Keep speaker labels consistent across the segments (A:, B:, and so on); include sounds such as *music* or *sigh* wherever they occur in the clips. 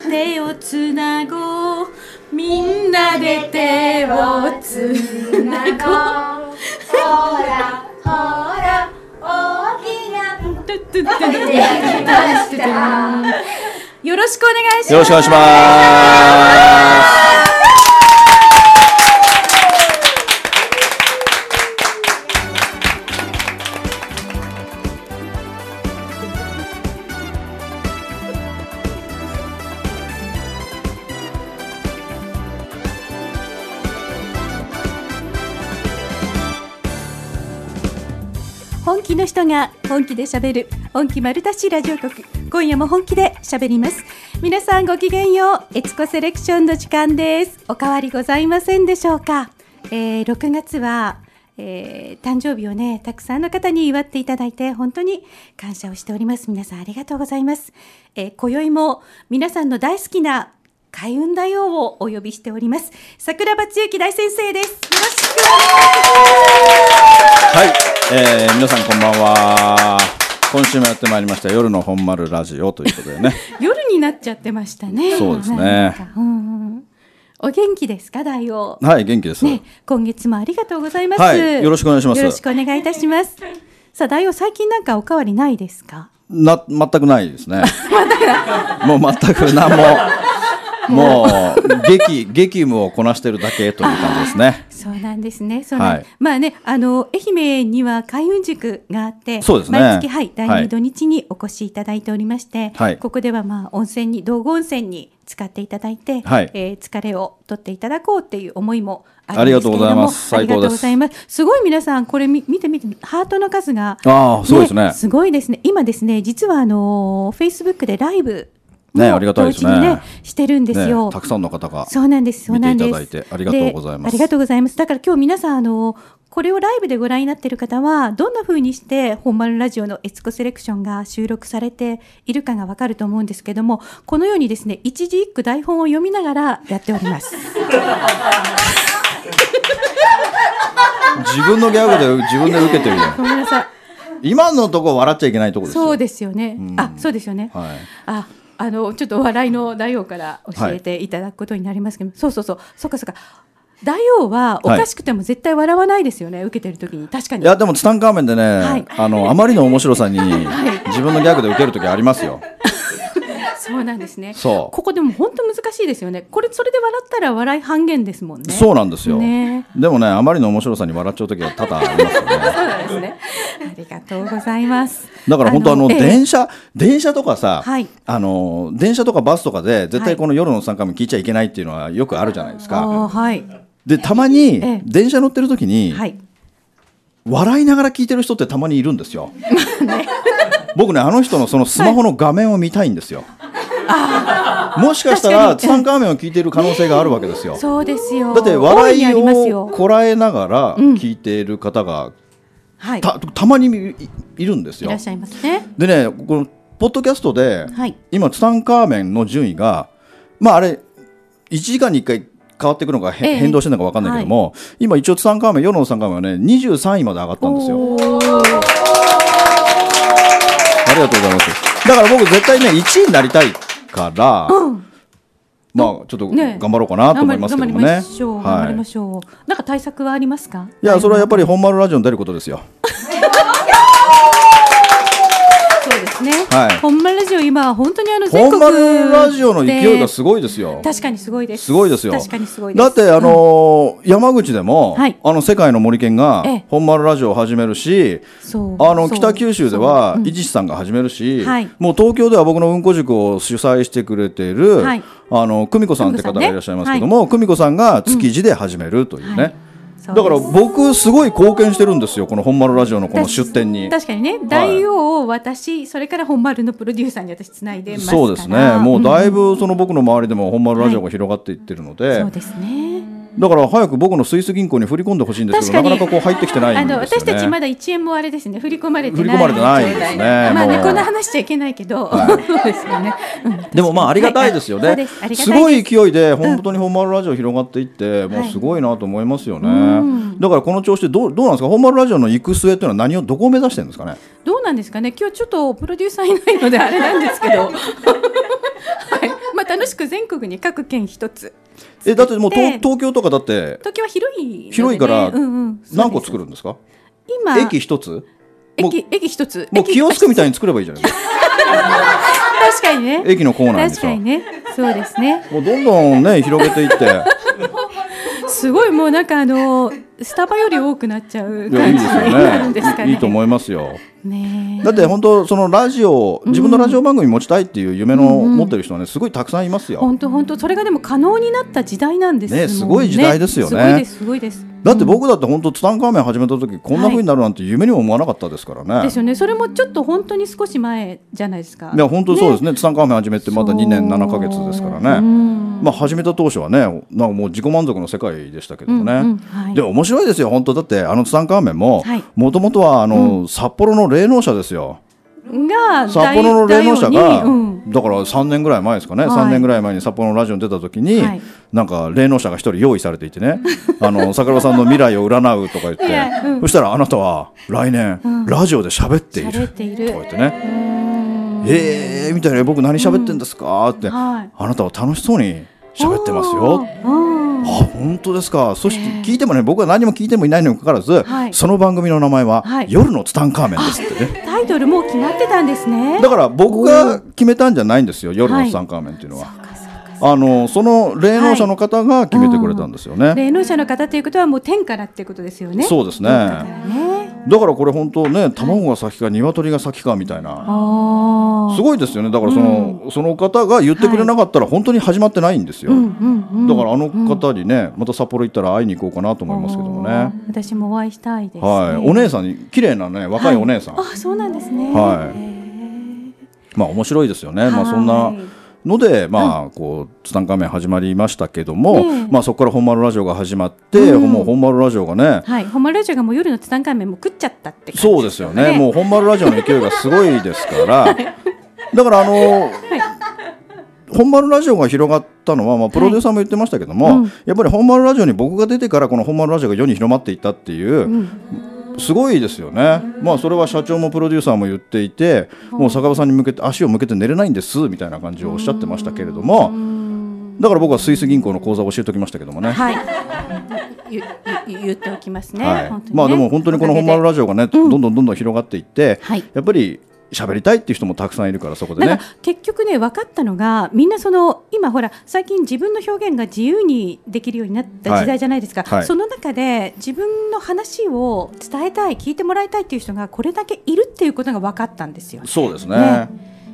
A: 手をつなごうみんなで手を
B: *laughs*
A: つ *laughs* なごう
B: ほらほら大きな
A: トゥットゥットゥッ
B: 出会いました
A: よろしくお願いします
C: よろしくお願いします。
A: 本気の人が本気で喋る本気丸出しラジオ局今夜も本気で喋ります皆さんごきげんようエツコセレクションの時間ですお変わりございませんでしょうか、えー6月は、えー誕生日をねたくさんの方に祝っていただいて本当に感謝をしております皆さんありがとうございます、えー今宵も皆さんの大好きな開運大王をお呼びしております桜庭千幸大先生ですよろしく
C: はい、えー、皆さんこんばんは。今週もやってまいりました夜の本丸ラジオというこ
A: *laughs*
C: とでね。
A: 夜になっちゃってましたね。
C: そうですね
A: なんかうんうんお元気ですか、大王。
C: はい、元気です。
A: ね、今月もありがとうございます。
C: はいよろしくお願いします
A: よろしくお願いいたします。さあ、大王、最近なんかおかわりないですか。
C: な、全くないで
A: *laughs*
C: すね。もう全く何も、もう、激、激務をこなしてるだけという感じですね。
A: *laughs* そうなんですね。そうなん
C: はい
A: まあね、あの愛媛には開運塾があって、
C: そうですね
A: 毎月はい第
C: は
A: 二
C: い
A: 土日にお越しいただいておりまして、
C: はい
A: ここではまあ温泉に道後温泉に使っていただいて、
C: はい
A: えー疲れを取っていただこうっていう思いもあ
C: あ
A: る
C: り
A: んで
C: が
A: す
C: と
A: け
C: う
A: れど
C: ござい
A: も、
C: ます最高で
A: あ
C: す
A: りがとうございます。すごい皆さんこれみ見てみてハートの数が
C: ああ、そうですね。
A: すごいですね。今ですね、実はあのフェイスブックでライブも
C: ねありがたいですね
A: 同時にねしてるんですよ。
C: ねたくさんの方が。
A: そうなんです。そうなんです。
C: 見ていただいてありがとうございます
A: でありがとうございます。だから今日皆さんあのこれをライブでご覧になっている方はどんな風にして本丸ラジオのエツコセレクションが収録されているかがわかると思うんですけども、このようにですね一字一句台本を読みながらやっており
C: *laughs*
A: ます。
C: 自分のギャグで自分で受け
A: *laughs*
C: てるよ。
A: ごめんなさい。
C: 今のとこ笑っちゃいけないとこですよ。
A: そうですよね。あ、そうですよね。
C: はい
A: あ、あのちょっと笑いの大王から教えていただくことになりますけど、そうそうそう、そっかそっか。大王はお
C: はい
A: かしくても絶対笑わないですよね。受けてる時に確か
C: い
A: に。
C: やでもツタンカーメンでね、
A: い
C: あのあまりの面白
A: *laughs*
C: さに自分のギャグで受ける時ありますよ。
A: そうなんですね。
C: そう
A: ここでも本当難しいですよね。これそれで笑ったら笑い半減ですもんね。
C: そうなんですよ。
A: ね
C: でもねあまりの面白さに笑っちゃう時は多々ありますよ
A: そう
C: ね。
A: なんですね。ありがとうございます。
C: だから本当あの
A: ええ
C: 電車電車とかさ、
A: はい
C: あの電車とかバスとかで絶
A: はい
C: 対この夜の参加も聞いちゃいけないっていうのはよくあるじゃないですか。
A: あーはい
C: でたまに
A: ええ
C: 電車乗ってる時に、
A: はい。
C: 笑いながら聞いてる人ってたまにいるんです
A: *laughs*
C: よ。僕ねあの人のそのスマホの画面を見たいんですよ。もしかした
A: 確からに
C: ツタンカーメンを聞いてる可能性があるわけですよ。
A: そうですよ。
C: だって
A: 大
C: 笑
A: にあ
C: い
A: ります
C: を
A: よ。
C: こらえながら聞いている方が
A: はい。
C: た,、たまにいいるんです
A: い
C: よ
A: らっ。しゃいますね。
C: でねこのポッドキャストで、
A: はい
C: 今ツタンカーメンの順位がまああれ1時間に1回変わっていくのか、へ
A: ええ
C: 変動してるのか分かんないけども、今一応ツタンカーメン世のツタンカーメンはね23位まで上がったんですよ。
A: おー
C: ありがとうございます。だから僕絶対ね1位になりたいから、まあちょっと
A: ね
C: 頑張ろうかなと思いますけども
A: 頑
C: ね。
A: 張りましょう。頑張りま
C: い。
A: しょう。なんか対策はありますか？
C: いやそれはやっぱり本丸ラジオに出ることですよ。
A: そうですね。
C: はい
A: 本丸ラジオ今は本当にあの全
C: 本
A: 国
C: 丸ラジオの勢いが
A: です
C: ごいですよ。
A: 確かにすごいです。
C: すごいですよ。
A: 確かにすごいです。
C: だって、あのー山口でも、
A: はい
C: あの世界の森健が
A: ええ
C: 本丸ラジオを始めるし、
A: そう
C: あの
A: そう
C: 北九州では伊地知さんが始めるし、
A: はい
C: もう東京では僕のうんこ塾を主催してくれている、
A: はい
C: あの久美子さんって方がいらっしゃいますけども、久美子さんが築地で始めるというね。
A: はいそう
C: だから僕すごい貢献してるんですよこの本丸ラジオのこの出店に
A: 確かにね、大王を私、それから本丸のプロデューサーに私つないでますから。
C: そうですねもう
A: 大
C: だいぶその僕の周りでも本丸ラジオが広がっていってるので、
A: そうですね。
C: だから早く僕のスイス銀行に振り込んでほしいんですけど、な
A: 確かに
C: かなかこう入ってきてない
A: あ
C: んです
A: の
C: よね。
A: 私たちまだ一円もあれですね振り込まれてない
C: 振り込まれてないです
A: 状
C: ね
A: 態まあね
C: もう
A: こんな話しちゃいけないけど、 *laughs* そうですよね、うん
C: でもまあありがたいですよね。
A: はいはいそうです
C: すごい勢いで本当に本丸ラジオ広がっていって、もうすごいなと思いますよね。だからこの調子でどうどうなんですか。本丸ラジオの行く末っていうのは何をどこを目指してるんですかね。 *laughs*
A: どうなんですかね、今日ちょっとプロデューサーいないのであれなんですけど、はいまあ、楽しく全国に各県一つ
C: えだってもう東
A: で
C: 東京とかだって
A: 東京は広いのでね
C: 広いから
A: うんうん、
C: 何個作
A: る
C: るんですか
A: 今
C: 駅一つもう
A: 駅駅一つ
C: もう
A: 駅
C: キオスクみたいに作ればいいじゃないですか
A: 確かにね
C: 駅のコーナーに
A: 確
C: さ
A: かにねそうですね
C: もうどんどんね広げていってい
A: すごいもうなんかあのスタバより多くなっちゃう
C: やいい
A: 感
C: で
A: じ
C: す
A: に
C: よ
A: なるんですか
C: ね
A: ね
C: いいと思いますよ
A: ねえ
C: だって本当そのラジオ自分のラジオ番組持ちたいっていう夢の持ってる人はねすごいたくさんいますよ
A: 本当本当それがでも可能になった時代なんですもんね
C: ねすごい時代ですよね
A: すごいですすごいです
C: だって僕だって本当ツタンカーメン始めた時こんな風になるなんて夢にも思わなかったですからね
A: ですよねそれもちょっと本当に少し前じゃないですか
C: いや本当そうですねツタンカーメン始めてまだ2年7ヶ月ですからねまあ始めた当初はねなんかもう自己満足の世界でしたけどもね、
A: うんうんはい
C: で面白いですよ本当だってあのツタンカーメンも
A: はい
C: もともとはあの、札幌の霊能者ですよ
A: が
C: 札幌の霊能者が、
A: 大王にうん
C: だから3年ぐらい前ですかね、
A: はい
C: 3年ぐらい前に札幌のラジオに出た時に、
A: はい
C: なんか霊能者が一人用意されてい
A: *laughs*
C: てねあの桜庭さんの未来を占うとか言って、
A: いやうん
C: そしたらあなたは来年、
A: ん
C: ラジオで喋ってい
A: 喋
C: る
A: ってい
C: と
A: る
C: か言ってね「えー」みたいな「僕何喋ってんですか?」って、
A: はい
C: あなたは楽しそうに喋ってますよ」
A: うん
C: あ本当ですかそして
A: ええ
C: 聞いてもね僕は何も聞いてもいないにもかかわらず、
A: はい
C: その番組の名前は、
A: はい
C: 夜のツタンカーメン」ですってね
A: タイトルもう決まってたんですね
C: だから僕が決めたんじゃないんですよ夜のツタンカーメンっていうのは、あのその霊能者の方が決めてくれたんですよね、
A: 霊能者の方ということはもう天からっていうことですよね
C: そうですね
A: 天からね
C: だからこれ本当ね卵が先か鶏が先かみたいな
A: ああ
C: すごいですよねだからその、その方が言ってくれなかったら本当に始まってないんですよ、
A: うんうんうん
C: だからあの方にねまた札幌行ったら会いに行こうかなと思いますけども
A: あ
C: ね
A: ー私もお会いしたいです、ね、
C: はいお姉さんに綺麗なね若いお姉さん、
A: あそうなんですね
C: はい
A: へー
C: まあ面白いですよね、ま
A: はい
C: あ、そんなので、まあ、こうツタンカーメン始まりましたけども、
A: ええ
C: まあ、そこから本丸ラジオが始まって、
A: うん
C: もう本丸ラジオがね、
A: はいホマラジオがもう夜のツタンカーメンも食っちゃったって感じ
C: そうですよねもう本丸ラジオの勢いがすごいですからだからあの、本丸ラジオが広がったのは、まあ、プロデューサーも言ってましたけども、
A: はいうん
C: やっぱり本丸ラジオに僕が出てからこの本丸ラジオが世に広まっていったっていう、
A: うん
C: すごいですよね、まあ、それは社長もプロデューサーも言っていて、もう坂場さんに向けて足を向けて寝れないんですみたいな感じをおっしゃってましたけれども、だから僕はスイス銀行の口座を教えておきましたけどもね。
A: はい *laughs* ゆゆゆ言っておきますね,、
C: はい
A: 本当にね
C: まあでも本当にこの本丸
A: ラ
C: ラジオがね、どんどんどんどん広がっていって、
A: はい
C: やっぱり喋りたいっていう人もたくさんいるからそこで
A: なん
C: ね
A: か。結局ね分かったのがみんなその今ほら最近自分の表現が自由にできるようになった時代じゃないですか、
C: はいはい
A: その中で自分の話を伝えたい聞いてもらいたいっていう人がこれだけいるっていうことが分かったんですよね
C: そうですね
A: ね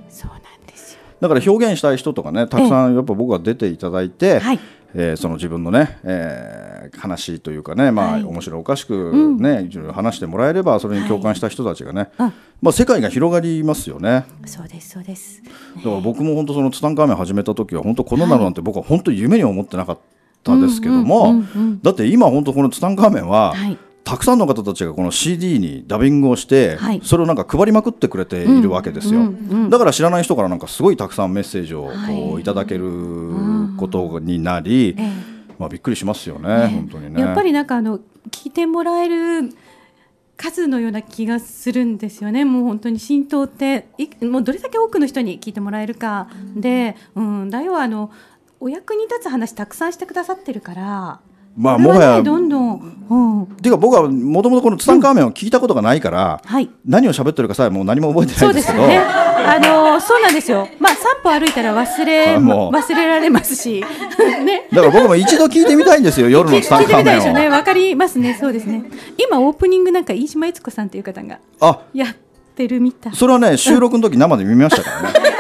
A: そうなんですよ
C: だから表現したい人とかねたくさんやっぱ僕は出ていただいて、
A: はい
C: えーその自分のね、えー話というかねまあ、
A: はい
C: 面白おかしくね、いろいろ話してもらえればそれに共感した人たちがね、
A: うん
C: まあ、世界が広がりますよね
A: そうですそうです
C: だから僕も本当そのツタンカーメン始めた時は本当こんなになるなんて僕は本当に夢に思ってなかったですけど
A: うんう
C: も
A: んうんうん
C: だって今本当このツタンカーメンは、
A: はい
C: たくさんの方たちがこの CD にダビングをして、
A: はい
C: それをなんか配りまくってくれているわけですよ、
A: うんうんうん
C: だから知らない人からなんかすごいたくさんメッセージをこ
A: は
C: う
A: い
C: いただけることになり、
A: ええ
C: まあ、びっくりしますよね、本当にね。
A: やっぱりなんかあの聞いてもらえる数のような気がするんですよね。もう本当に浸透っていもうどれだけ多くの人に聞いてもらえるかで、うん、だよあのお役に立つ話たくさんしてくださってるから、
C: まあ
A: これはね
C: もはや
A: どんどん、うん、
C: ていうか僕はもともとこのツタンカーメンを聞いたことがないから、
A: はい。
C: 何を喋ってるかさえもう何も覚えてな
A: そ
C: いん
A: う
C: で
A: ですす
C: け
A: よ
C: ど
A: ね。あのそうなんですよ。まあ三歩歩いたら忘れ
C: あもう
A: 忘れられますし、 *laughs* ね。
C: だから僕も一度聞いてみたいんですよ夜のツタ
A: 聞
C: ン
A: いて
C: カー
A: みたい
C: メ
A: ですよ
C: ン
A: ね。
C: を。
A: わかりますね。そうですね。今オープニングなんか飯島悦子さんという方が
C: あ
A: やってるみたい。
C: それはね収録の時生で見ましたから
A: *laughs*
C: ね。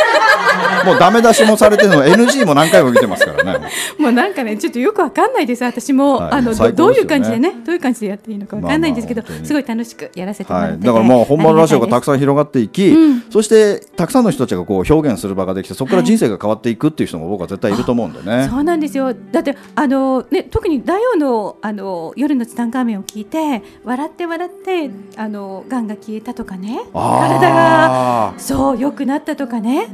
C: もうダメ出しもされてるの NG も何回も見てますから
A: *laughs*
C: ね。
A: もうなんかね、ちょっとよくわかんないです。私も、
C: はい
A: あの、ど
C: 最
A: どう
C: 高で
A: い
C: すよ
A: う
C: ね
A: 感じでね、どういう感じでやっていいのかわかんないんですけど、
C: まあまあ本当に
A: すごい楽しくやらせてもら
C: は
A: って
C: い、
A: て、
C: だからもう本丸ラジオがたく
A: ん。
C: さん広がっていき、
A: うん
C: そしてたくさんの人たちがこう表現する場ができてそこから人生が変わっていくっていう人も僕は絶対いると思うんでね。
A: そうなんですよ。だって、あの、ね、特に大王の、あの、夜のツタンカーメンを聞いて、笑って笑って、あの、癌が消えたとかね、体が、
C: あー
A: そう、良くなったとかね、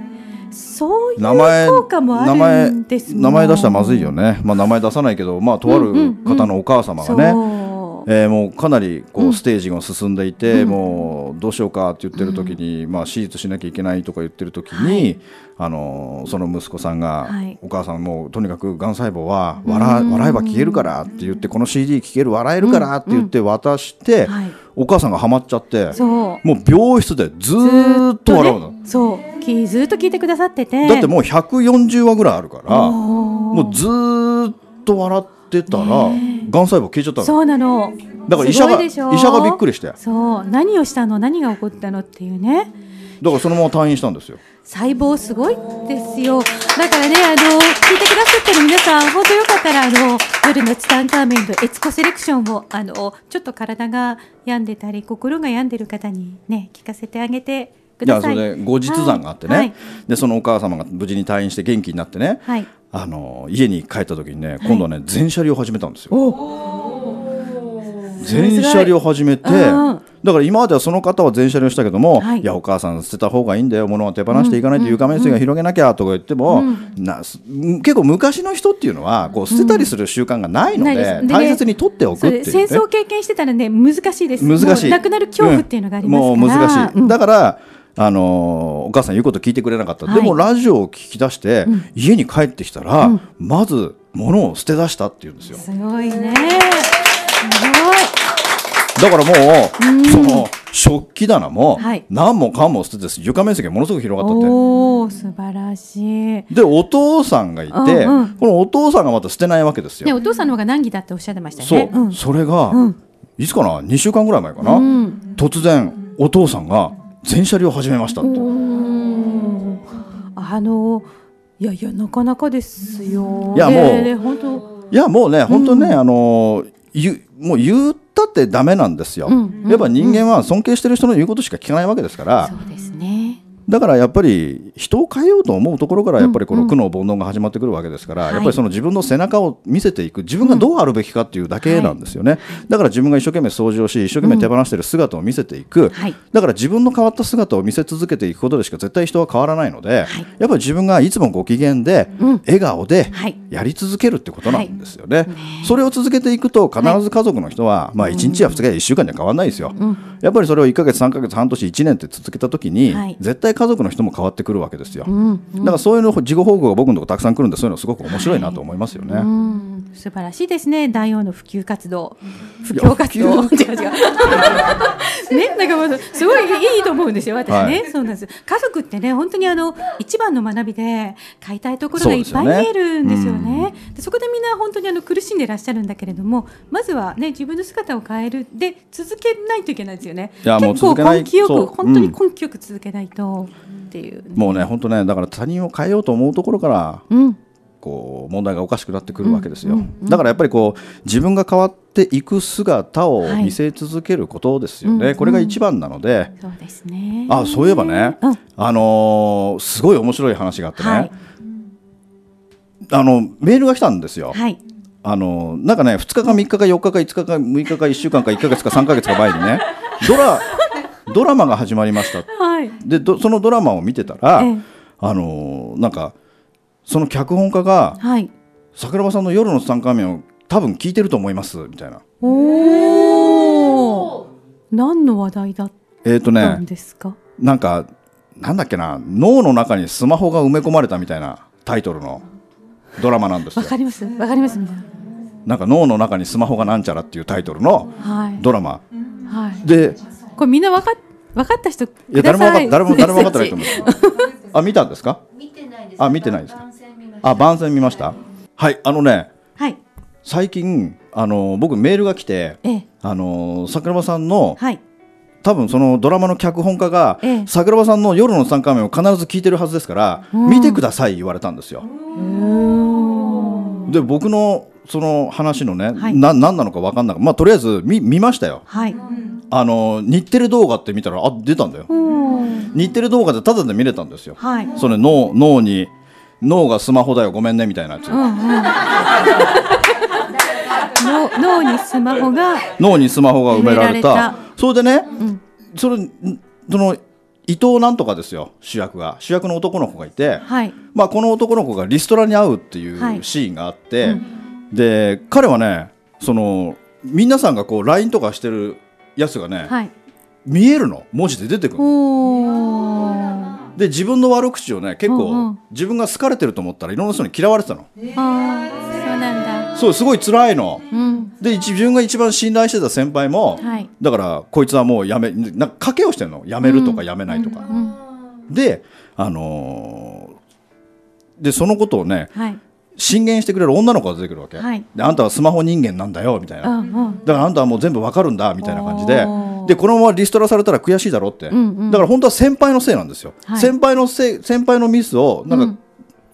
A: そういう
C: 名前
A: 効果も
C: 名
A: あ
C: 前
A: るんですもん
C: 名前出したらまずいよね、まあ、名前出さないけど、まあ、とある方のお母様が
A: そ
C: ね、
A: うほう
C: えーもうかなりこ
A: うん
C: うステージが進んでいて、
A: うん
C: もうどうしようかって言ってる時に、まあ、手術しなきゃいけないとか言ってる時に、
A: はい
C: あのその息子さんが、
A: はい
C: お母さんもうとにかくがん細胞は笑
A: うん
C: 笑えば消えるからって言ってこの CD 聴ける笑えるからって言って渡して、
A: はい
C: お母さんがハマっちゃって
A: そう
C: もう病室でずーっと笑うの。
A: ね、そうきずっと聞いてくださってて
C: だってもう140話ぐらいあるからも
A: も
C: うずーっと笑ってたらが
A: ね
C: ん細胞消えちゃったの
A: そうなの
C: だから医者
A: す
C: が
A: ごい
C: 医
A: でし
C: 者
A: ょ
C: がびっくりしてだか
A: そう何をしたの何が起こったのっていうね
C: らそのまま退院したんですよ
A: 細胞すごいですよだからねあの聞いてくださってる皆さん本当よかったらあの夜のツタンカーメンのエツコセレクションをあのちょっと体が病んでたり心が病んでる方にね聞かせてあげてく
C: い
A: だ
C: やそ
A: さい
C: れで後日談があってね、
A: はいはい
C: でそのお母様が無事に退院して元気になってね、
A: はい
C: あの家に帰った時にね今度はね全車両を始めたんですよ。全車両始めて
A: すごいうん
C: だから今まではその方は全車両したけども、
A: はい
C: い、やお母さん捨てた方がいいんだよ物は手放していかないと床面積が広げなきゃとか言っても、なす結構昔の人っていうのはこう捨てたりする習慣がないの
A: うんな
C: で,、
A: いですでね
C: 大切に取っておく
A: そ
C: っ
A: う
C: ていう、
A: です
C: ね、
A: 戦争を経験してたらね難しいです
C: 難
A: も
C: しいう
A: なくなる恐怖っていうのがありますから、
C: うんもう難しい、
A: うん
C: だからあのーお母さん言うこと聞いてくれなかった、
A: はい
C: でもラジオを聞き出して、家に帰ってきたら、まず物を捨て出したっていうんですよ
A: すごいねす
C: だからもう、その食器棚も、
A: はい
C: 何もかも捨てて床面積がものすごく広が
A: ごい
C: ったって
A: おお素晴らしい
C: でお父さんがいて、
A: うんうん
C: このお父さんがまた捨てないわけですよ、
A: ね、お父さんの方が難儀だっておっしゃってました
C: そう
A: よね。、うん
C: それが、
A: うん
C: いつかな2週間ぐらい前かな、
A: うん
C: 突然お父さんが全車両を始めましたって、
A: うんあのいやいやなかなかですよ。
C: いやもう
A: ねね本当
C: いやもうね本当ね、あの言うもう言ったってダメなんですよ、
A: うんうん
C: やっぱ人間は尊敬してる人の言うことしか聞かないわけですから、
A: そうですね。
C: だからやっぱり人を変えようと思うところからやっぱりこ
A: うん
C: の
A: うん
C: 苦悩煩悩が始まってくるわけですから、
A: はい
C: やっぱりその自分の背中を見せていく自分がどうあるべきかっていうだけなんですよね、だから自分が一生懸命掃除をし一生懸命手放してる姿を見せていく、
A: はい
C: だから自分の変わった姿を見せ続けていくことでしか絶対人は変わらないので、
A: はい
C: やっぱり自分がいつもご機嫌で、
A: うん
C: 笑顔で
A: はい
C: やり続けるってことなんですよね。それを続けていくと必ず家族の人は、まあ、1日や2日や1週間じゃ変わらないですよ。やっぱりそれを1ヶ月3ヶ月半年1年って続けた時に、
A: はい
C: 絶対家族の人も変わってくるわけですよ。
A: うん
C: だからそういうの事後報告が僕のとこたくさん来るんでそういうのすごく面白いなと思いますよね。
A: うん素晴らしいですね。大王の普及活動、普及活動。違う
C: 普
A: 違う。 *laughs* ね、なんかもうすごいいいと思うんですよ。私ね、
C: はい
A: そうなんです。家族ってね、本当にあの一番の学びで買いたいところがいっぱい
C: そうですよね
A: 見えるんですよ
C: う
A: ね。でそこでみんな本当にあの苦しんでらっしゃるんだけれども、まずはね自分の姿を変えるで続けないといけないですよね。
C: いやもう
A: 結構
C: 続けな
A: 根
C: い
A: 気よ
C: そう
A: く本当に
C: うん
A: 根気よく続けないとっていう、ね。
C: もうね本当ねだから他人を変えようと思うところから
A: うん。
C: こう問題がおかしくなってくるわけですよ、だからやっぱりこう自分が変わっていく姿を
A: はい
C: 見せ続けることですよね、
A: うんうん
C: これが一番なので、
A: そうですね。
C: あそういえばね、
A: うん
C: あのーすごい面白い話があってね、
A: はい
C: あのメールが来たんですよ、
A: はい。
C: あのなんかね2日か3日か4日か5日か6日か1週間か1か月か3か月か前
A: *laughs*
C: にねドラドラマが始まりました
A: はい。
C: でどそのドラマを見てたら、
A: ええ
C: あのーなんかその脚本家が
A: はい。
C: 桜庭さんの夜のツタンカーメンを多分聞いてると思いますみたいな。
A: おお。何の話題だっ
C: えっ、と
A: たん
C: ね、
A: ですか。
C: なんか、なんだっけな、脳の中にスマホが埋め込まれたみたいなタイトルのドラマなんです
A: わ、
C: よ。
A: かります。わかりますみたいな。
C: なんか脳の中にスマホがなんちゃらっていうタイトルの
A: はい。
C: ドラマ。
A: はい。
C: で、
A: これみんなわかっ、わかった人く
C: いや、
A: だ
C: 誰もわ
A: さ
C: か
A: *laughs* い。
C: 誰も誰も分かってないと
A: メ
C: 思
A: ッ
C: う
A: セージ。
C: あ、見たんですか
B: *laughs* 見てないです
C: あ見てないですか
B: 番宣見ました
C: あ、番宣見ましたはい、あのね、
A: はい。
C: 最近、あの僕メールが来て、
A: ええ。
C: あの桜庭さんの
A: はい。
C: 多分そのドラマの脚本家が、
A: ええ
C: 桜庭さんの夜の3回目を必ず聞いてるはずですから、
A: うん
C: 見てください言われたんですよ。で僕のその話のね、
A: はい
C: な何なのか分かんなかった、まあ、とりあえず見見ましたよ
A: はい。
C: あの日テレ動画って見たらあ出たんだよ
A: おー
C: 日テレ動画でただで見れたんですよ、
A: はい。うん
C: それ脳脳に脳がスマホだよごめんねみたいなやつ、
A: うん。の脳に *laughs* スマホが。
C: 脳にスマホが埋められた
A: 埋められた
C: それでね、
A: ん
C: それんその伊藤なんとかですよ主役が主役の男の子がいて、
A: はい。
C: まあ、この男の子がリストラに会うってい
A: はいう
C: シーンがあって、で彼はねその皆さんがこう LINE とかしてるやつがね、
A: はい。
C: 見えるの文字で出てくる
A: おー
C: で自分の悪口をね結構、
A: うんうん
C: 自分が好かれてると思ったらいろんな人に嫌われてたの
A: あー、そうなんだ。
C: そうすごい辛いの
A: うん。
C: で一自分が一番信頼してた先輩も、
A: はい。
C: だからこいつはもうやめなんか賭けをしてるのやめるとかやめないとか、
A: うん。
C: であのーでそのことをね
A: はい。
C: 進言してくれる女の子が出てくるわけ、
A: はい
C: であんたはスマホ人間なんだよみたいな、
A: うんうん。
C: だからあんたはもう全部わかるんだみたいな感じで
A: おー
C: でこのままリストラされたら悔しいだろって、
A: んうん
C: だから本当は先輩のせいなんですよ、
A: はい
C: 先輩のせい先輩のミスをなんか、
A: うん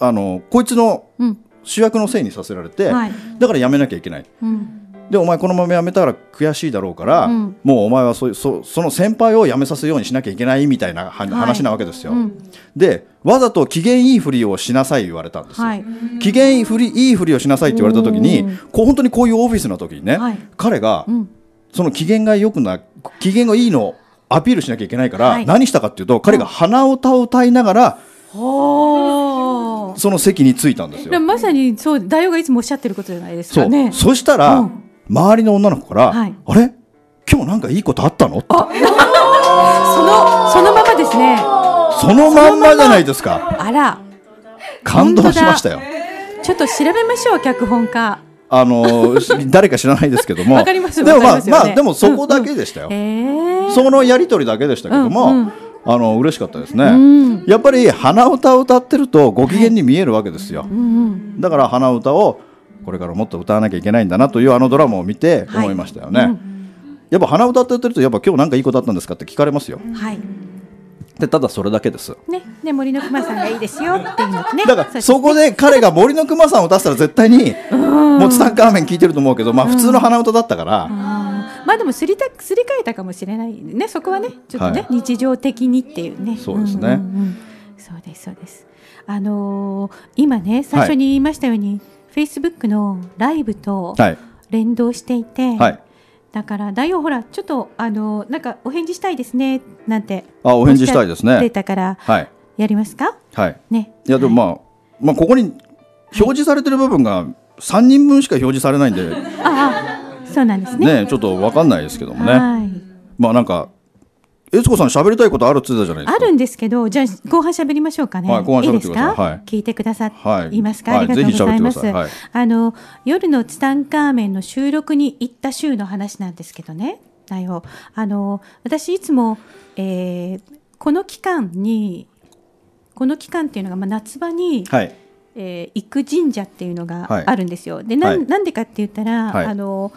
C: あのこいつの
A: うん。
C: 主役のせいにさせられて、
A: はい
C: だからやめなきゃいけない
A: うん。
C: でお前このまま辞めたら悔しいだろうから、
A: うん
C: もうお前はそういうそその先輩を辞めさせるようにしなきゃいけないみたいなは話なわけですよ、
A: うん
C: でわざと機嫌いいふりをしなさい言われたんですよ、
A: はい。
C: 機嫌いいふりいいふりをしなさいって言われた時に
A: お
C: こう本当にこういうオフィスの時にね、
A: はい
C: 彼が
A: うん。
C: その機嫌が良くな機嫌がいいのをアピールしなきゃいけないから、
A: はい
C: 何したかっていうと彼が鼻歌を歌いながら
A: ほー。
C: その席に着いたんです
A: で
C: よ。
A: もまさにそう大王がいつもおっしゃってることじゃないです
C: そ
A: か
C: う、
A: ね。
C: そしたら、
A: うん
C: 周りの女の子から「
A: はい
C: あれ今日なんかいいことあったの?」って
A: そのそのままですね。
C: そのまんまじゃないですか
A: あら、
C: 感動しましたよ。
A: ちょっと調べましょう脚本家。
C: あのー誰か知らないですけども
A: わかります
C: でもま
A: わかり
C: あ
A: ますよね
C: まあでもそこだけでしたよ、
A: ええ
C: そのやり取りだけでしたけども、
A: うんうん
C: あの嬉しかったですね、
A: ん
C: やっぱり鼻歌を歌ってるとご機嫌に見えるわけですよ、
A: うんうん。
C: だから鼻歌をこれからもっと歌わなきゃいけないんだなというあのドラマを見て
A: はい
C: 思いましたよね、やっぱ鼻歌って言ってるとやっぱ今日なんかいいことあったんですかって聞かれますよ
A: はい。
C: でただそれだけです
A: ね、ね森の熊さんがいいですよっていうのね。 *laughs*
C: だからそこで彼が森の熊さんを歌ってたら絶対にもうツタンカーメン聞いてると思うけどまあ普通の鼻歌だったから
A: あーまあでもすりたすり替えたかもしれないねそこはねちょっとね、
C: はい
A: 日常的にっていうね
C: そうですね
A: んうんうんそうですそうですあのー今ね最初に言いましたように、Facebook のライブと
C: はい
A: 連動していて、
C: はい
A: だからだよほらちょっとあのーなんかお返事したいですねなんて
C: あお返事したいですね
A: おっしゃってたから
C: はい
A: やりますか
C: はい
A: ね
C: いやでもまあ、まあここに表示されてる部分が3人分しか表示されな
A: *laughs*
C: いんで
A: ああそうなんですね
C: ねちょっと分かんないですけどもね
A: はい
C: まあなんか悦子さん喋りたいことあるっつってたじゃないで
A: あ
C: すか
A: るんですけど、じゃあ後半喋りましょうかね。
C: はい後半
A: い
C: 喋
A: で
C: って
A: す
C: ください
A: か、
C: はい
A: 聞いてくださ
C: はい
A: いますか、
C: はい
A: ありがとうございます。
C: ぜひ喋ってくだ
A: あの夜のツタンカーメンの収録に行った週の話なんですけどね。だよ。あの私いつも、えーこの期間にこの期間っていうのがまあ夏場に、
C: はい
A: えー行く神社っていうの
C: はい
A: があるんですよ。でなん,、
C: はい
A: なんでかって言ったら、
C: はい
A: あの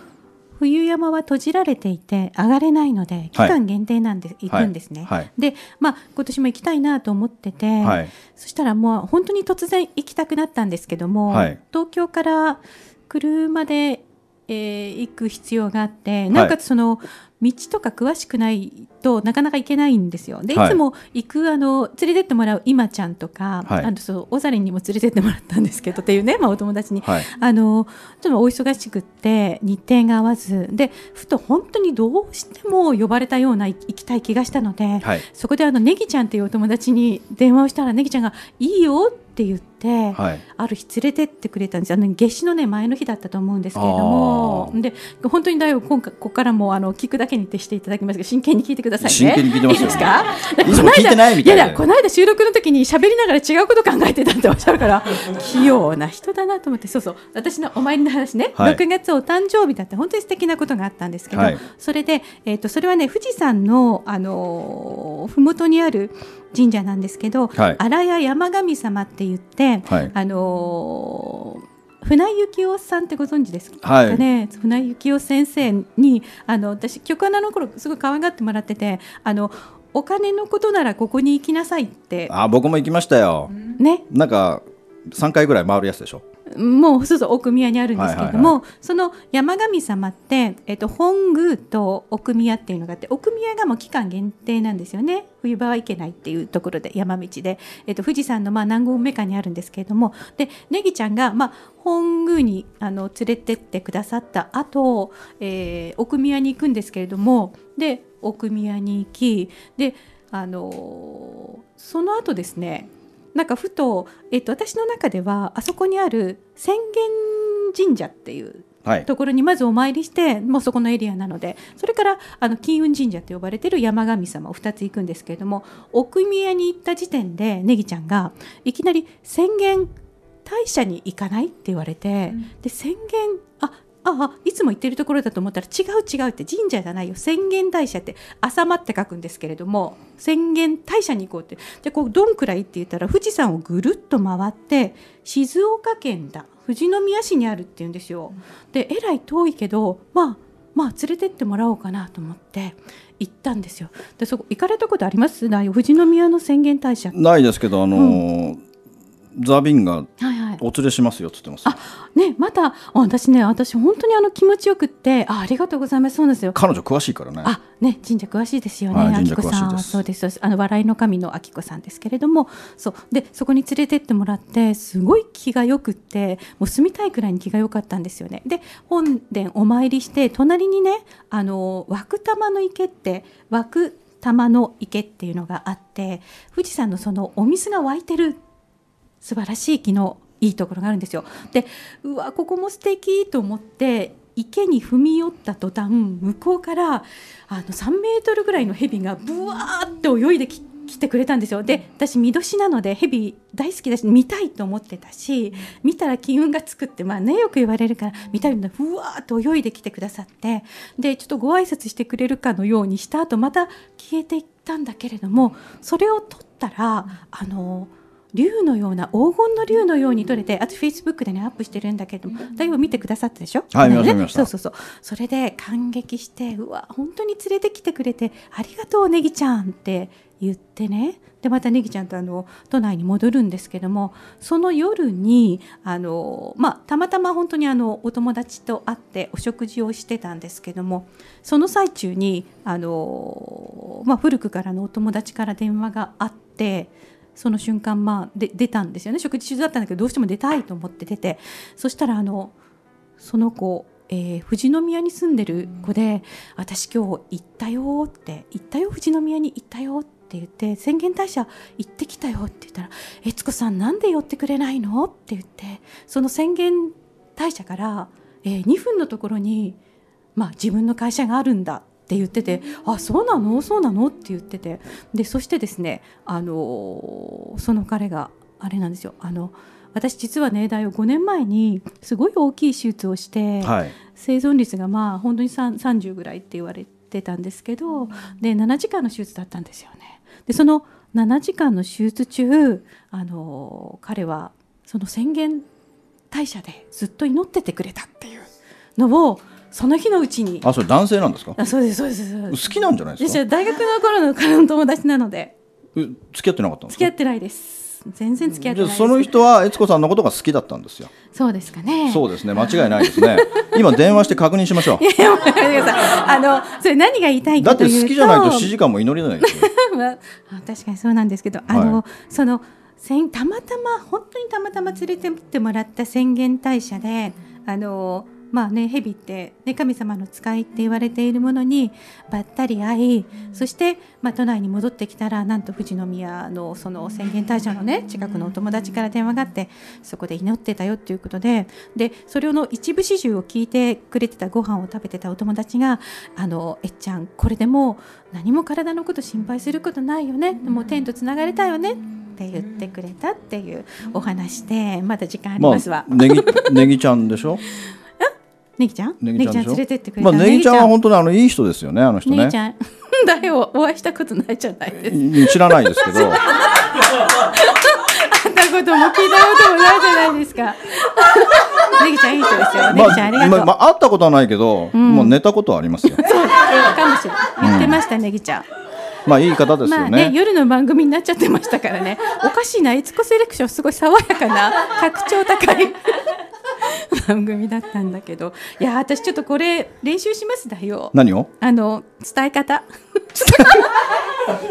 A: 冬山は閉じられていて上がれないので期間限定なんで、行くんですね。
C: はい
A: で、まあ、今年も行きたいなと思ってて、
C: はい
A: そしたらもう本当に突然行きたくなったんですけども、
C: はい
A: 東京から車で、えー行く必要があってなおかつその道とか詳しくないとなかなか行けないんですよ。でい
C: はい
A: つも行くあの連れてってもらう今ちゃんとか、
C: はい
A: あのそうおざりんにも連れてってもらったんですけど *laughs* っていうね、まあ、お友達に
C: はい
A: あのちょっとお忙しくって日程が合わずでふと本当にどうしても呼ばれたようない行きたい気がしたので、
C: はい
A: そこであのネギちゃんっていうお友達に電話をしたらネギちゃんが「いいよ」って言って、
C: はい
A: ある日連れてってくれたんですあの夏至のね前の日だったと思うんですけれども
C: あ
A: で本当にだいぶ今回ここからもあの聞くだけに徹していただきますが真剣に聞いてくださいね。
C: 真剣に聞いてますよ
A: いいですか
C: いつも聞いてないみたいな
A: ややこの間収録の時に喋りながら違うこと考えてたっておっしゃるから
C: *laughs*
A: 器用な人だなと思ってそうそう私のお参りの話ね、
C: はい
A: 6月お誕生日だって本当に素敵なことがあったんですけど、
C: はい
A: それで、えー、とそれはね富士山の、あのー麓にある神社なんですけど、
C: はい
A: 荒谷山神様って言って、
C: はい
A: あのー船井幸雄さんってご存知ですか
C: はい
A: ね、船井幸雄先生にあの私局アナの頃すごい可愛がってもらっててあのお金のことならここに行きなさいって
C: あ僕も行きましたよ
A: ね
C: なんか3回ぐらい回るやつでしょ
A: もうそうそう奥宮にあるんですけれども、
C: は
A: その山神様って、えっと、本宮と奥宮っていうのがあって奥宮がもう期間限定なんですよね冬場は行けないっていうところで山道で、えっと、富士山のまあ南郷目下にあるんですけれどもでネギちゃんが、まあ、本宮にあの連れてってくださった後、えー奥宮に行くんですけれどもで奥宮に行きであのーその後ですねなんかふと、えっと、私の中ではあそこにある浅間神社っていう
C: はい
A: ところにまずお参りして、もうそこのエリアなのでそれからあの金運神社と呼ばれてる山神様を2つ行くんですけれども奥宮に行った時点でネギちゃんがいきなり宣言大社に行かないって言われて、で宣言あああいつも行ってるところだと思ったら違う違うって神社じゃないよ宣言大社って浅間って書くんですけれども宣言大社に行こうってでこうどんくらいって言ったら富士山をぐるっと回って静岡県だ富士宮市にあるって言うんですよ。でえらい遠いけどまあまあ連れてってもらおうかなと思って行ったんですよ。でそこ行かれたことあります？ない富士宮の宣言大社。は
C: ないですけどあのーザビンが
A: いはい。
C: お連れしますよっつってます
A: ねまたあ私ね私本当にあの気持ちよくってあありがとうございますそうなんですよ。
C: 彼女詳しいからね
A: あね神社詳しいですよね、
C: はい
A: あ
C: 神
A: き
C: 社
A: こさん
C: 詳しいで
A: は
C: す
A: そうですそうですあの笑いの神のあきこさんですけれどもそうでそこに連れてってもらってすごい気がよくってもう住みたいくらいに気が良かったんですよねで本殿お参りして隣にねあの枠玉の池って枠玉の池っていうのがあって富士山のそのお水が湧いてる素晴らしい木のいいところがあるんですよ。でうわここも素敵と思って池に踏み寄った途端向こうからあの3メートルぐらいのヘビがブワーって泳いでき来てくれたんですよで私見年なのでヘビ大好きだし見たいと思ってたし見たら金運がつくってまあねよく言われるから見たいんだふわーっと泳いできてくださってでちょっとご挨拶してくれるかのようにした後また消えていったんだけれどもそれを取ったらあの竜のような黄金の竜のように取れてあとフェイスブックでねアップしてるんだけれどもだいぶ見てくださったでしょ
C: はい見ました
A: ね
C: 見ました
A: そうそうそうそれで感激してうわ本当に連れてきてくれてありがとうネギちゃんって言ってねでまたネギちゃんとあの都内に戻るんですけどもその夜にあの、まあ、たまたま本当にあのお友達と会ってお食事をしてたんですけどもその最中にあの、まあ、古くからのお友達から電話があって。その瞬間、まあ、で出たんですよね食事中だったんだけどどうしても出たいと思って出てそしたらあのその子、えー富士宮に住んでる子で「私今日行ったよ」って「行ったよ富士宮に行ったよ」って言って「宣言大社行ってきたよ」って言ったら「悦子さんなんで寄ってくれないの?」って言ってその宣言大社から、えー2分のところに、まあ、自分の会社があるんだって言ってて「あそうなのそうなの?」って言っててでそしてですね、あのーその彼があれなんですよあの私実はね大を5年前にすごい大きい手術をして、
C: はい
A: 生存率がまあ本当にさん30ぐらいって言われてたんですけどで7時間の手術だったんですよね。でその7時間の手術中あの彼はその宣言大社でずっと祈っててくれたっていうのをその日のうちに
C: あそれ男性なんですか
A: あそうですそうですそう
C: 好
A: です
C: きなんじゃないで
A: ですじゃ
C: か
A: あ大学の頃の彼の友達なので
C: え付き合ってなかったんです
A: 付き
C: か
A: 合ってないです全然付き合って
C: じゃ
A: な
C: あ
A: いです
C: その人は悦子さんのことが好きだったんですよ
A: そうですかね *laughs*
C: そうですね間違いないですね今電話して確認しましょう
A: いや待ってくださいあのそれ何が言いたい
C: だ
A: か
C: って
A: というと
C: 好きじゃないと7時間も祈れないで
A: *laughs*
C: すよ
A: まああ確かにそうなんですけど、あ
C: は
A: のその宣たまたま本当にたまたま連れてってもらった宣言大社で、あのまあね蛇って、ね、神様の使いって言われているものにばったり会い、そしてまあ都内に戻ってきたらなんと富士宮のその宣言大社のね近くのお友達から電話があってそこで祈ってたよっていうことででそれの一部始終を聞いてくれてたご飯を食べてたお友達が「あのえっちゃんこれでもう何も体のこと心配することないよね、もう天とつながれたよね」って言ってくれたっていうお話でまだ時間ありますわ
C: あ。ネギネギちゃんでしょ
A: ネギちゃん
C: ネ
A: ネ
C: ギ
A: ギ
C: ちゃん
A: ちゃ
C: で
A: ん連れ
C: しょ
A: てってくれ
C: ま
A: た
C: あネギちゃんは
A: ネ
C: 本当にあのいい人ですよねあの人
A: ギ
C: ね
A: ちゃん *laughs* 誰をお会いしたことないじゃないですか。
C: い知らないですけ
A: *laughs*
C: ど
A: あんなことも聞いたこともないじゃないです
C: *laughs*
A: か。ネギちゃんいい人ですよ。ネギちゃんありがとう。
C: まあ会ったことはないけど、もう寝たことはありますよ
A: そうかもしれない。言ってましたネギちゃん。
C: まあいい方ですよ
A: まあ
C: ね,、
A: ね夜の番組になっちゃってましたからねおかしいな「いつこセレクション」すごい爽やかな格調高い *laughs* 番組だったんだけどいや私ちょっとこれ練習しますだよ
C: 何を
A: あの伝え方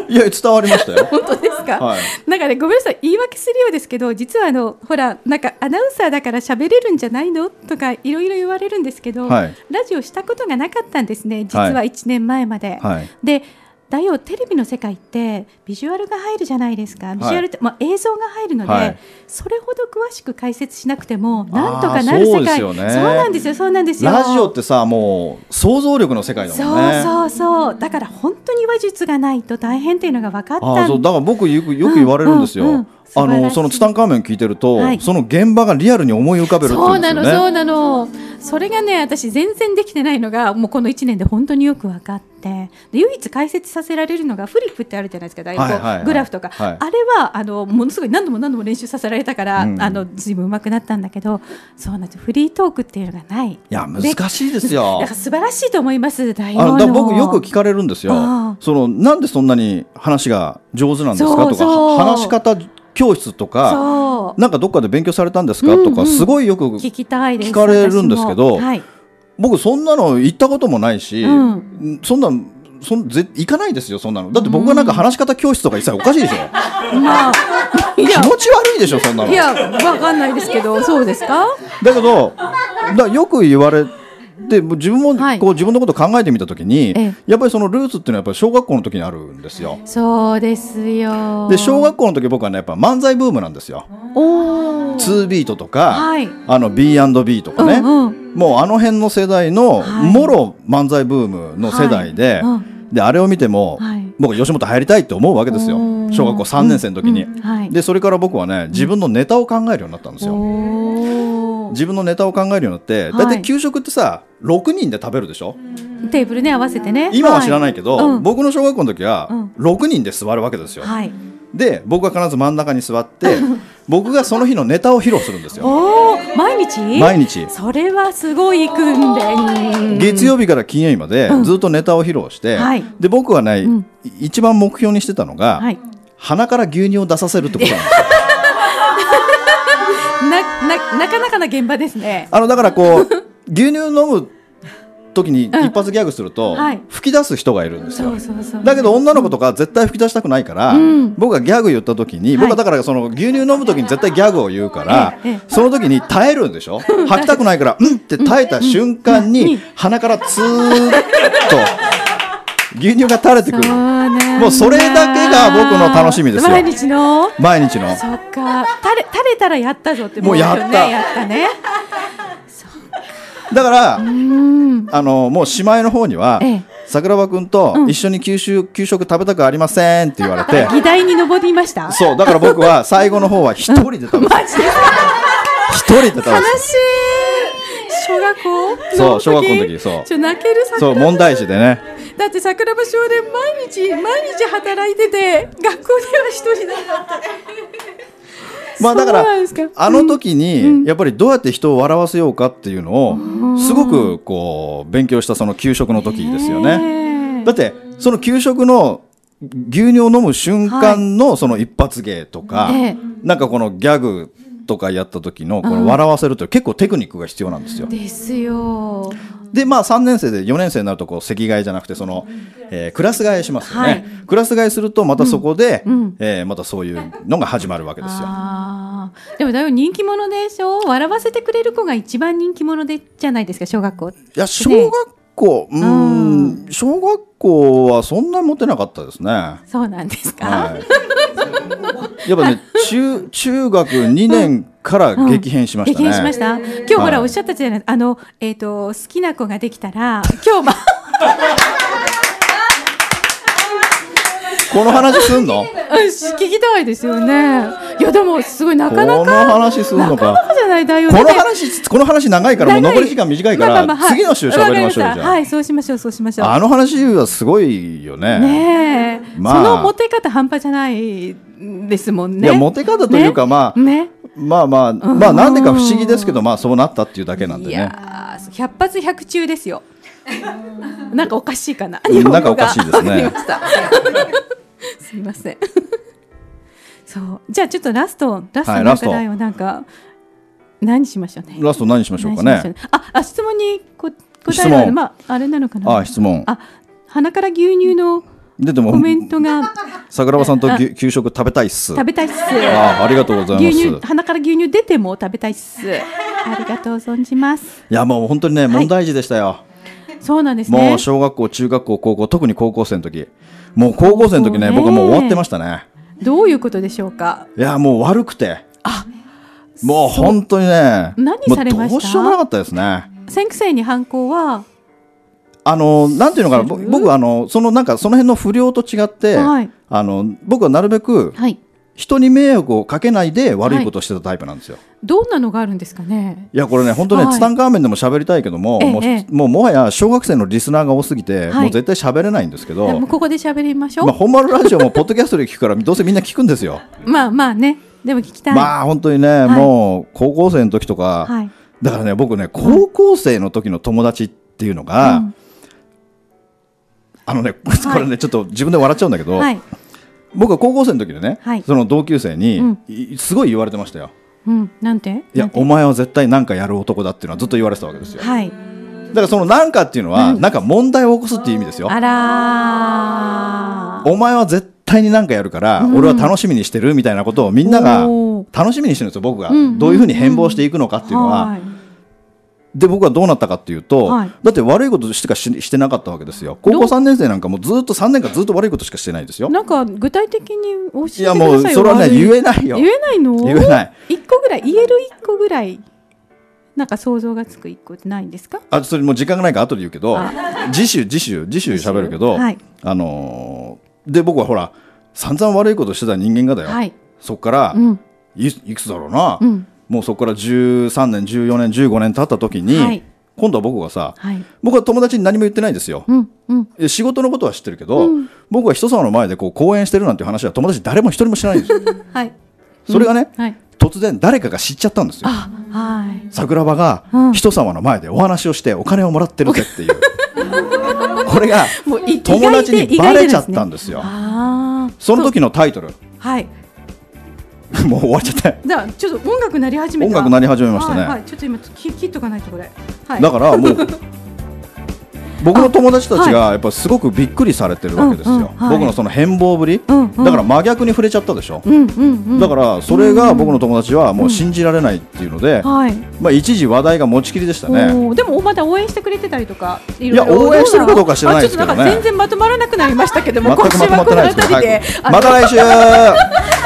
C: いや伝わりまし
A: *laughs*
C: た *laughs* よ
A: 本当ですか、
C: はい
A: なんかねごめんなさい言い訳するようですけど実はあのほらなんかアナウンサーだから喋れるんじゃないのとかいろいろ言われるんですけど、
C: はい
A: ラジオしたことがなかったんですね実は
C: はい
A: 1年前まで。
C: はい
A: でだよテレビの世界ってビジュアルが入るじゃないですかビジュアルって、まあ、映像が入るので、
C: はい
A: それほど詳しく解説しなくてもなんとかなる世界
C: あーそうですよね
A: なんですよそうなんですよ
C: ラジオってさもう想像力の世界だもんね
A: そうそうそうだから本当に話術がないと大変っていうのが分かったん
C: ああそうだから僕よくよく言われるんですよ、
A: うんうんうん
C: あ
A: 素晴ら
C: の
A: しい
C: そのツタンカーメン聞いてると、
A: はい
C: その現場がリアルに思い浮かべるって言
A: そううん
C: です
A: なの、
C: よね
A: そうなの。それがね、私全然できてないのが、もうこの一年で本当によく分かって。で、唯一解説させられるのが、フリップってあるじゃないですか、大
C: はいはいは
A: 根
C: い
A: グラフとか。
C: はい
A: あれは、あの、ものすごい何度も何度も練習させられたから、
C: うん
A: あの、ずいぶん上手くなったんだけど。そうなんですよ、フリートークっていうのがない。い
C: いや難しいですよ
A: *laughs* だから素晴らしいと思います、大根
C: あの
A: の。
C: だから僕よく聞かれるんですよ
A: ああ
C: そのなんでそんなに話が上手なんですか
A: そう
C: とか
A: そう
C: は話し方教室とか
A: そう。
C: なんかどっかで勉強されたんですか、と
A: うんうん
C: かすごいよく
A: 聞きたいです。
C: 聞かれるんですけど
A: 私もはい。
C: 僕そんなの行ったこともないし、
A: うん
C: そんなんそんぜ行かないですよそんなのだって僕がなんか話し方教室とか行ってたらおかしいでしょ
A: まあ。い
C: 気
A: や。
C: 持ち悪いでしょそんなの
A: いや、わかんないですけど、そうですか。
C: だけどだよく言われてもう自分もこう、
A: はい
C: 自分のことを考えてみたときに、
A: ええ
C: やっぱりそのルーツっていうのはやっぱり小学校の時にあるんですよ。
A: そうですよ。
C: で小学校の時僕はねやっぱ漫才ブームなんですよ。
A: おー
C: 2ビートとか、
A: はい
C: あの B&B とかね、
A: うんうん
C: もうあの辺の世代の、
A: はい
C: もろ漫才ブームの世代で、
A: はいうん
C: であれを見ても、
A: はい
C: 僕吉本入りたいって思うわけですよ
A: おー
C: 小学校3年生の時に。
A: うんうんはい
C: でそれから僕はね自分のネタを考えるようになったんですよ。
A: おー
C: 自分のネタを考えるようになっ
A: は
C: て、
A: い
C: だいたい給食ってさ6人で食べるでしょ
A: テーブルね合わせてね。
C: 今は知らないけど、
A: はいうん
C: 僕の小学校の時は
A: うん
C: 6人で座るわけですよ、
A: はい。
C: で僕は必ず真ん中に座って僕がその日のネタを披露するんですよ
A: *laughs* おお毎日？
C: 毎日
A: それはすごい訓練。
C: 月曜日から金曜日まで
A: うん
C: ずっとネタを披露して、
A: はい
C: で僕はね、
A: うん
C: い一番目標にしてたのが、
A: はい。
C: 鼻から牛乳を出させるってことなんですよ
A: なななかなかな現場ですね。
C: あのだから
A: *laughs*
C: こう牛乳飲む時に
A: うん
C: 一発ギャグすると、
A: はい
C: 吹き出す人がいるんですよ
A: そうそうそう。
C: だけど女の子とか絶対吹き出したくないから、
A: うん
C: 僕がギャグ言った時に、僕はだからその牛乳飲む時に絶対ギャグを言うから、
A: ええええ
C: その時に耐えるんで
A: *laughs*
C: しょ吐きたくないからうんって耐えた瞬間に、鼻からツーッと牛乳が垂れてくる
A: そうなんだ
C: もうそれだけが僕の楽しみですよ
A: 毎日の。
C: 毎日の
A: そっか。垂れ垂れたらやったぞって
C: もうやった
A: よねやったね。
C: だから、
A: うん。
C: あのもうしまいの方には、
A: ええ
C: 桜庭君と
A: うん
C: 一緒に給食給食食べたくありませんって言われ
A: *laughs*
C: て、
A: 議題に上りました。
C: そうだから僕は最後の方は一人で食べた
A: マジで
C: 一人で食べ
A: 悲
C: た
A: しい小学校
C: そう小学校の時そう
A: ちょ泣ける
C: そう
A: 桜庭
C: 問題児でね
A: だって桜庭少年毎日毎日働いてて学校では一人だった
C: まあだか
A: そうなん
C: ら
A: ですか
C: あの時にやっぱりどうやって人を笑わせようかっていうのをすごくこう勉強したその給食の時ですよね。
A: ね
C: だってその給食の牛乳を飲む瞬間のその一発芸とか
A: ええ
C: なんかこのギャグとかやった時のこの笑わせるって結構テクニックが必要なんですよ。
A: ですよ
C: でまあ3年生で4年生になるとこう席替えじゃなくてその、えークラス替えしますよね、
A: はい
C: クラス替えするとまたそこで、
A: うんうん
C: えーまたそういうのが始まるわけですよ。
A: あーでもだいぶ人気者でしょ笑わせてくれる子が一番人気者でじゃないですか小学校
C: いや小学校うーん小学校はそんなにモテなかったですね。
A: そうなんですか、
C: はい、やっぱね中中学2年から激変しましたね。
A: 激変しました。今日ほ
C: はい
A: らおっしゃったじゃない、あのえっ、と好きな子ができたら今日ま
C: この話すんの
A: *laughs* 聞きたいですよね。いやでもすごいな
C: こ
A: かな
C: の
A: か
C: 話すんの
A: なかな
C: か。
A: かじゃないだよ
C: この話 *laughs* この話長いからもう残り時間短いから、次の週喋りましょうよじゃあ
A: は。いそうしましょうそうしましょう。
C: あの話はすごいよね。
A: ねえ、
C: まあ
A: そのモテ方半端じゃないですもんね。
C: いやモテ方というか
A: ね
C: まあ
A: ね。
C: まあまあ、まあなんでか不思議ですけど、まあそうなったっていうだけなんで
A: い
C: ね。
A: やー百発百中ですよ。なんかおかしいかな。
C: うん
A: 日本語が
C: なんかおかしいですね
A: わかりました。すみません。そう、じゃあちょっとラスト、ラスト
C: はい
A: の
C: ラスト
A: 課題をなんか。何しましょうね。
C: ラスト何しましょうか
A: 何しま
C: ね。
A: しょうあ、あ、質問に、こ、答
C: 質
A: えは、
C: 問
A: まあ、あれなのかな。
C: ああ質問。
A: あ鼻から牛乳の
C: ででも
A: コメントが
C: 桜庭さんとぎゅ給食食べたいっす。
A: 食べたいっす。
C: ああありがとうございま
A: 牛
C: す。
A: 乳、
C: い
A: 鼻から牛乳出ても食べたいっす。ありがとう存じます。
C: やもう本当にね問題児でしたよ。
A: そうなんです
C: も
A: ね
C: う。小学校、中学校、高校、特に高校生の時。もう高校生の時ね、
A: そうね
C: 僕はもう終わってましたね。
A: どういうことでしょうか。
C: いや、もう悪くて。もう
A: そう
C: 本当にね。
A: 何されました
C: もうどうしようもなかったですね。
A: 先生に犯行は、
C: あの、なんていうのかな、
A: す
C: ぼ
A: る
C: 僕、あの、そのなんか、その辺の不良と違って、
A: はい
C: あの、僕はなるべく、
A: はい。
C: 人に迷惑をかけないで悪いことをしてたタイプなんですよ。
A: どんなのがあるんですかね。
C: いやこれね本当ね、
A: はい
C: ツタンカーメンでも喋りたいけども、
A: ええ
C: もう
A: ええ
C: もうもはや小学生のリスナーが多すぎて、
A: はい
C: もう絶対喋れないんですけ
A: で
C: ど、
A: もここで喋りましょう。
C: まあ、本丸ラジオもポッドキャストで聞くからどうせみんな聞くんで
A: *laughs*
C: すよ。
A: まあまあね。でも聞きたい。
C: まあ本当にね、
A: い
C: もう高校生の時とか、
A: はい。
C: だからね僕ね高校生の時の友達っていうのが、
A: うん
C: あのね *laughs* これね、ちょっと自分で笑っちゃうんだけど、
A: はい。
C: 僕は高校生の時でね、
A: はい
C: その同級生に、
A: うん
C: いすごい言われてましたよ。
A: うん。なんて。
C: い
A: な
C: や
A: んて
C: お前は絶対なんかやる男だっていうのはずっと言われてたわけですよ。
A: はい。
C: だからそのなんかっていうのは、なんか問題を起こすっていう意味ですよ。
A: あらー。
C: お前は絶対になんかやるから、俺は楽しみにしてるみたいなことをみんなが
A: おー
C: 楽しみにしてるんですよ僕が、
A: うんうん
C: どういうふうに変貌していくのかっていうのは、
A: い
C: で僕はどうなったかっていうと、
A: はい
C: だって悪いことしかししてなかったわけですよ高校3年生なんかもうずっと3年間ずっと悪いことしかしてないですよ
A: なんか具体的に教えてください
C: い
A: よ。
C: やもうそれはね
A: 悪い
C: 言えないよ
A: 言えないの？
C: 言えない
A: 一個ぐらい言える一個ぐらいなんか想像がつく一個ってないんですか？
C: あそれもう時間がないから後で言うけど
A: あ
C: 次週次週次週喋るけど、
A: はい
C: あのーで僕はほら散々悪いことしてた人間がだよ、
A: はい。
C: そっから、
A: うん
C: いいくつだろうな、
A: うん
C: もうそこから13年14年15年経った時に、
A: はい
C: 今度は僕がさ
A: はい
C: 僕は友達に何も言ってないんですよ、
A: うんうん
C: え仕事のことは知ってるけど、
A: うん
C: 僕は人様の前でこう講演してるなんていう話は友達誰も一人も知らないんですよ
A: はい
C: それがね、
A: はい
C: 突然誰かが知っちゃったんですよ
A: あはい
C: 桜庭
A: う
C: が
A: ん
C: 人様の前でお話をしてお金をもらってるぜっていう
A: *laughs*
C: これが
A: もうい
C: 友達
A: 意外で
C: に
A: 意
C: バ
A: 外
C: レ
A: で
C: ちゃ
A: で
C: っ
A: すね
C: たんですよ
A: ああ
C: その時のタイトル *laughs*
A: はい
C: もう終わっちゃった
A: じゃあちょっと音楽鳴り始めた
C: 音楽鳴り始めましたね
A: はいはいちょっと今き切っとかないとこれはい
C: だからもう
A: *laughs*
C: 僕の友達たち
A: あ
C: がやっぱすごくびっくりされてるわけですよ、
A: うんうんはい
C: 僕のその変貌ぶり、
A: うんうん
C: だから真逆に触れちゃったでしょ、
A: うんうんうん
C: だからそれが僕の友達はもう信じられないっていうので、
A: はい
C: まあ、一時話題が持ちきりでしたね
A: おーでもまだ応援してくれてたりとかい
C: や応援してるかどうか知らないですけどね
A: ちょっとなんか全然まとまらなくなりましたけども
C: 全くまとまってないですけど
A: 今週はこの辺りで、 *laughs*
C: 早くまた来週